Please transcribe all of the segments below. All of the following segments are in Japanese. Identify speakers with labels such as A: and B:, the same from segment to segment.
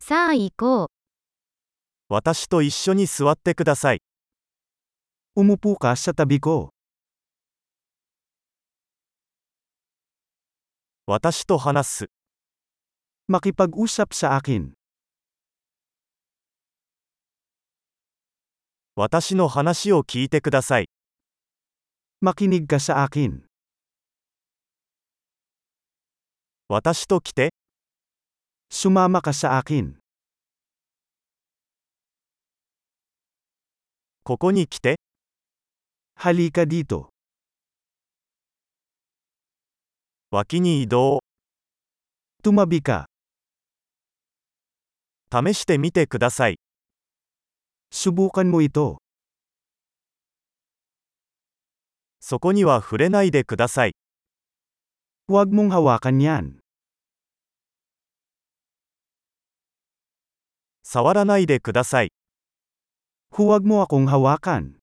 A: さあ行こう。
B: 私と一緒に座ってください。
C: Umupo ka sa tabi ko.
B: 私と話す。
C: Makipag-usap sa akin.
B: 私の話を聞いてください。
C: Makinig ka sa akin.
B: 私と来て、
C: Sumama ka sa akin.
B: ここに来て、
C: Halika dito.
B: 脇に移動、
C: Tumabi ka.
B: 試してみてください。
C: Subukan mo ito.
B: そこには触れないでください。
C: Huwag mong hawakan yan.
B: 触らないでください。
C: Huwag mo akong hawakan.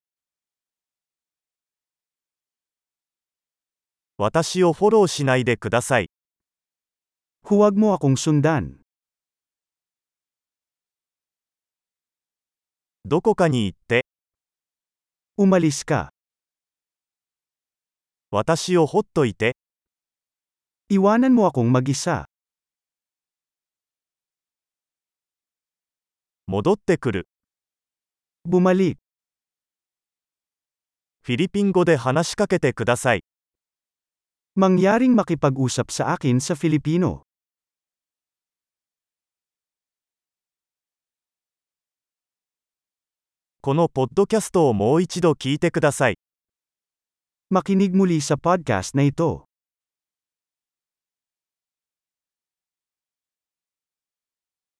B: 私をフォローしないでください。
C: Huwag mo akong sundan.
B: どこかに行って、
C: Umalis ka.
B: 私をほっといて、
C: Iwanan mo akong mag-isa.
B: 戻ってくる。
C: Bumalik.
B: フィリピン語で話しかけてください。
C: Mangyaring makipag-usap sa akin sa Filipino.
B: このポッドキャストをもう一度聞いてください。
C: Makinig muli sa podcast na ito.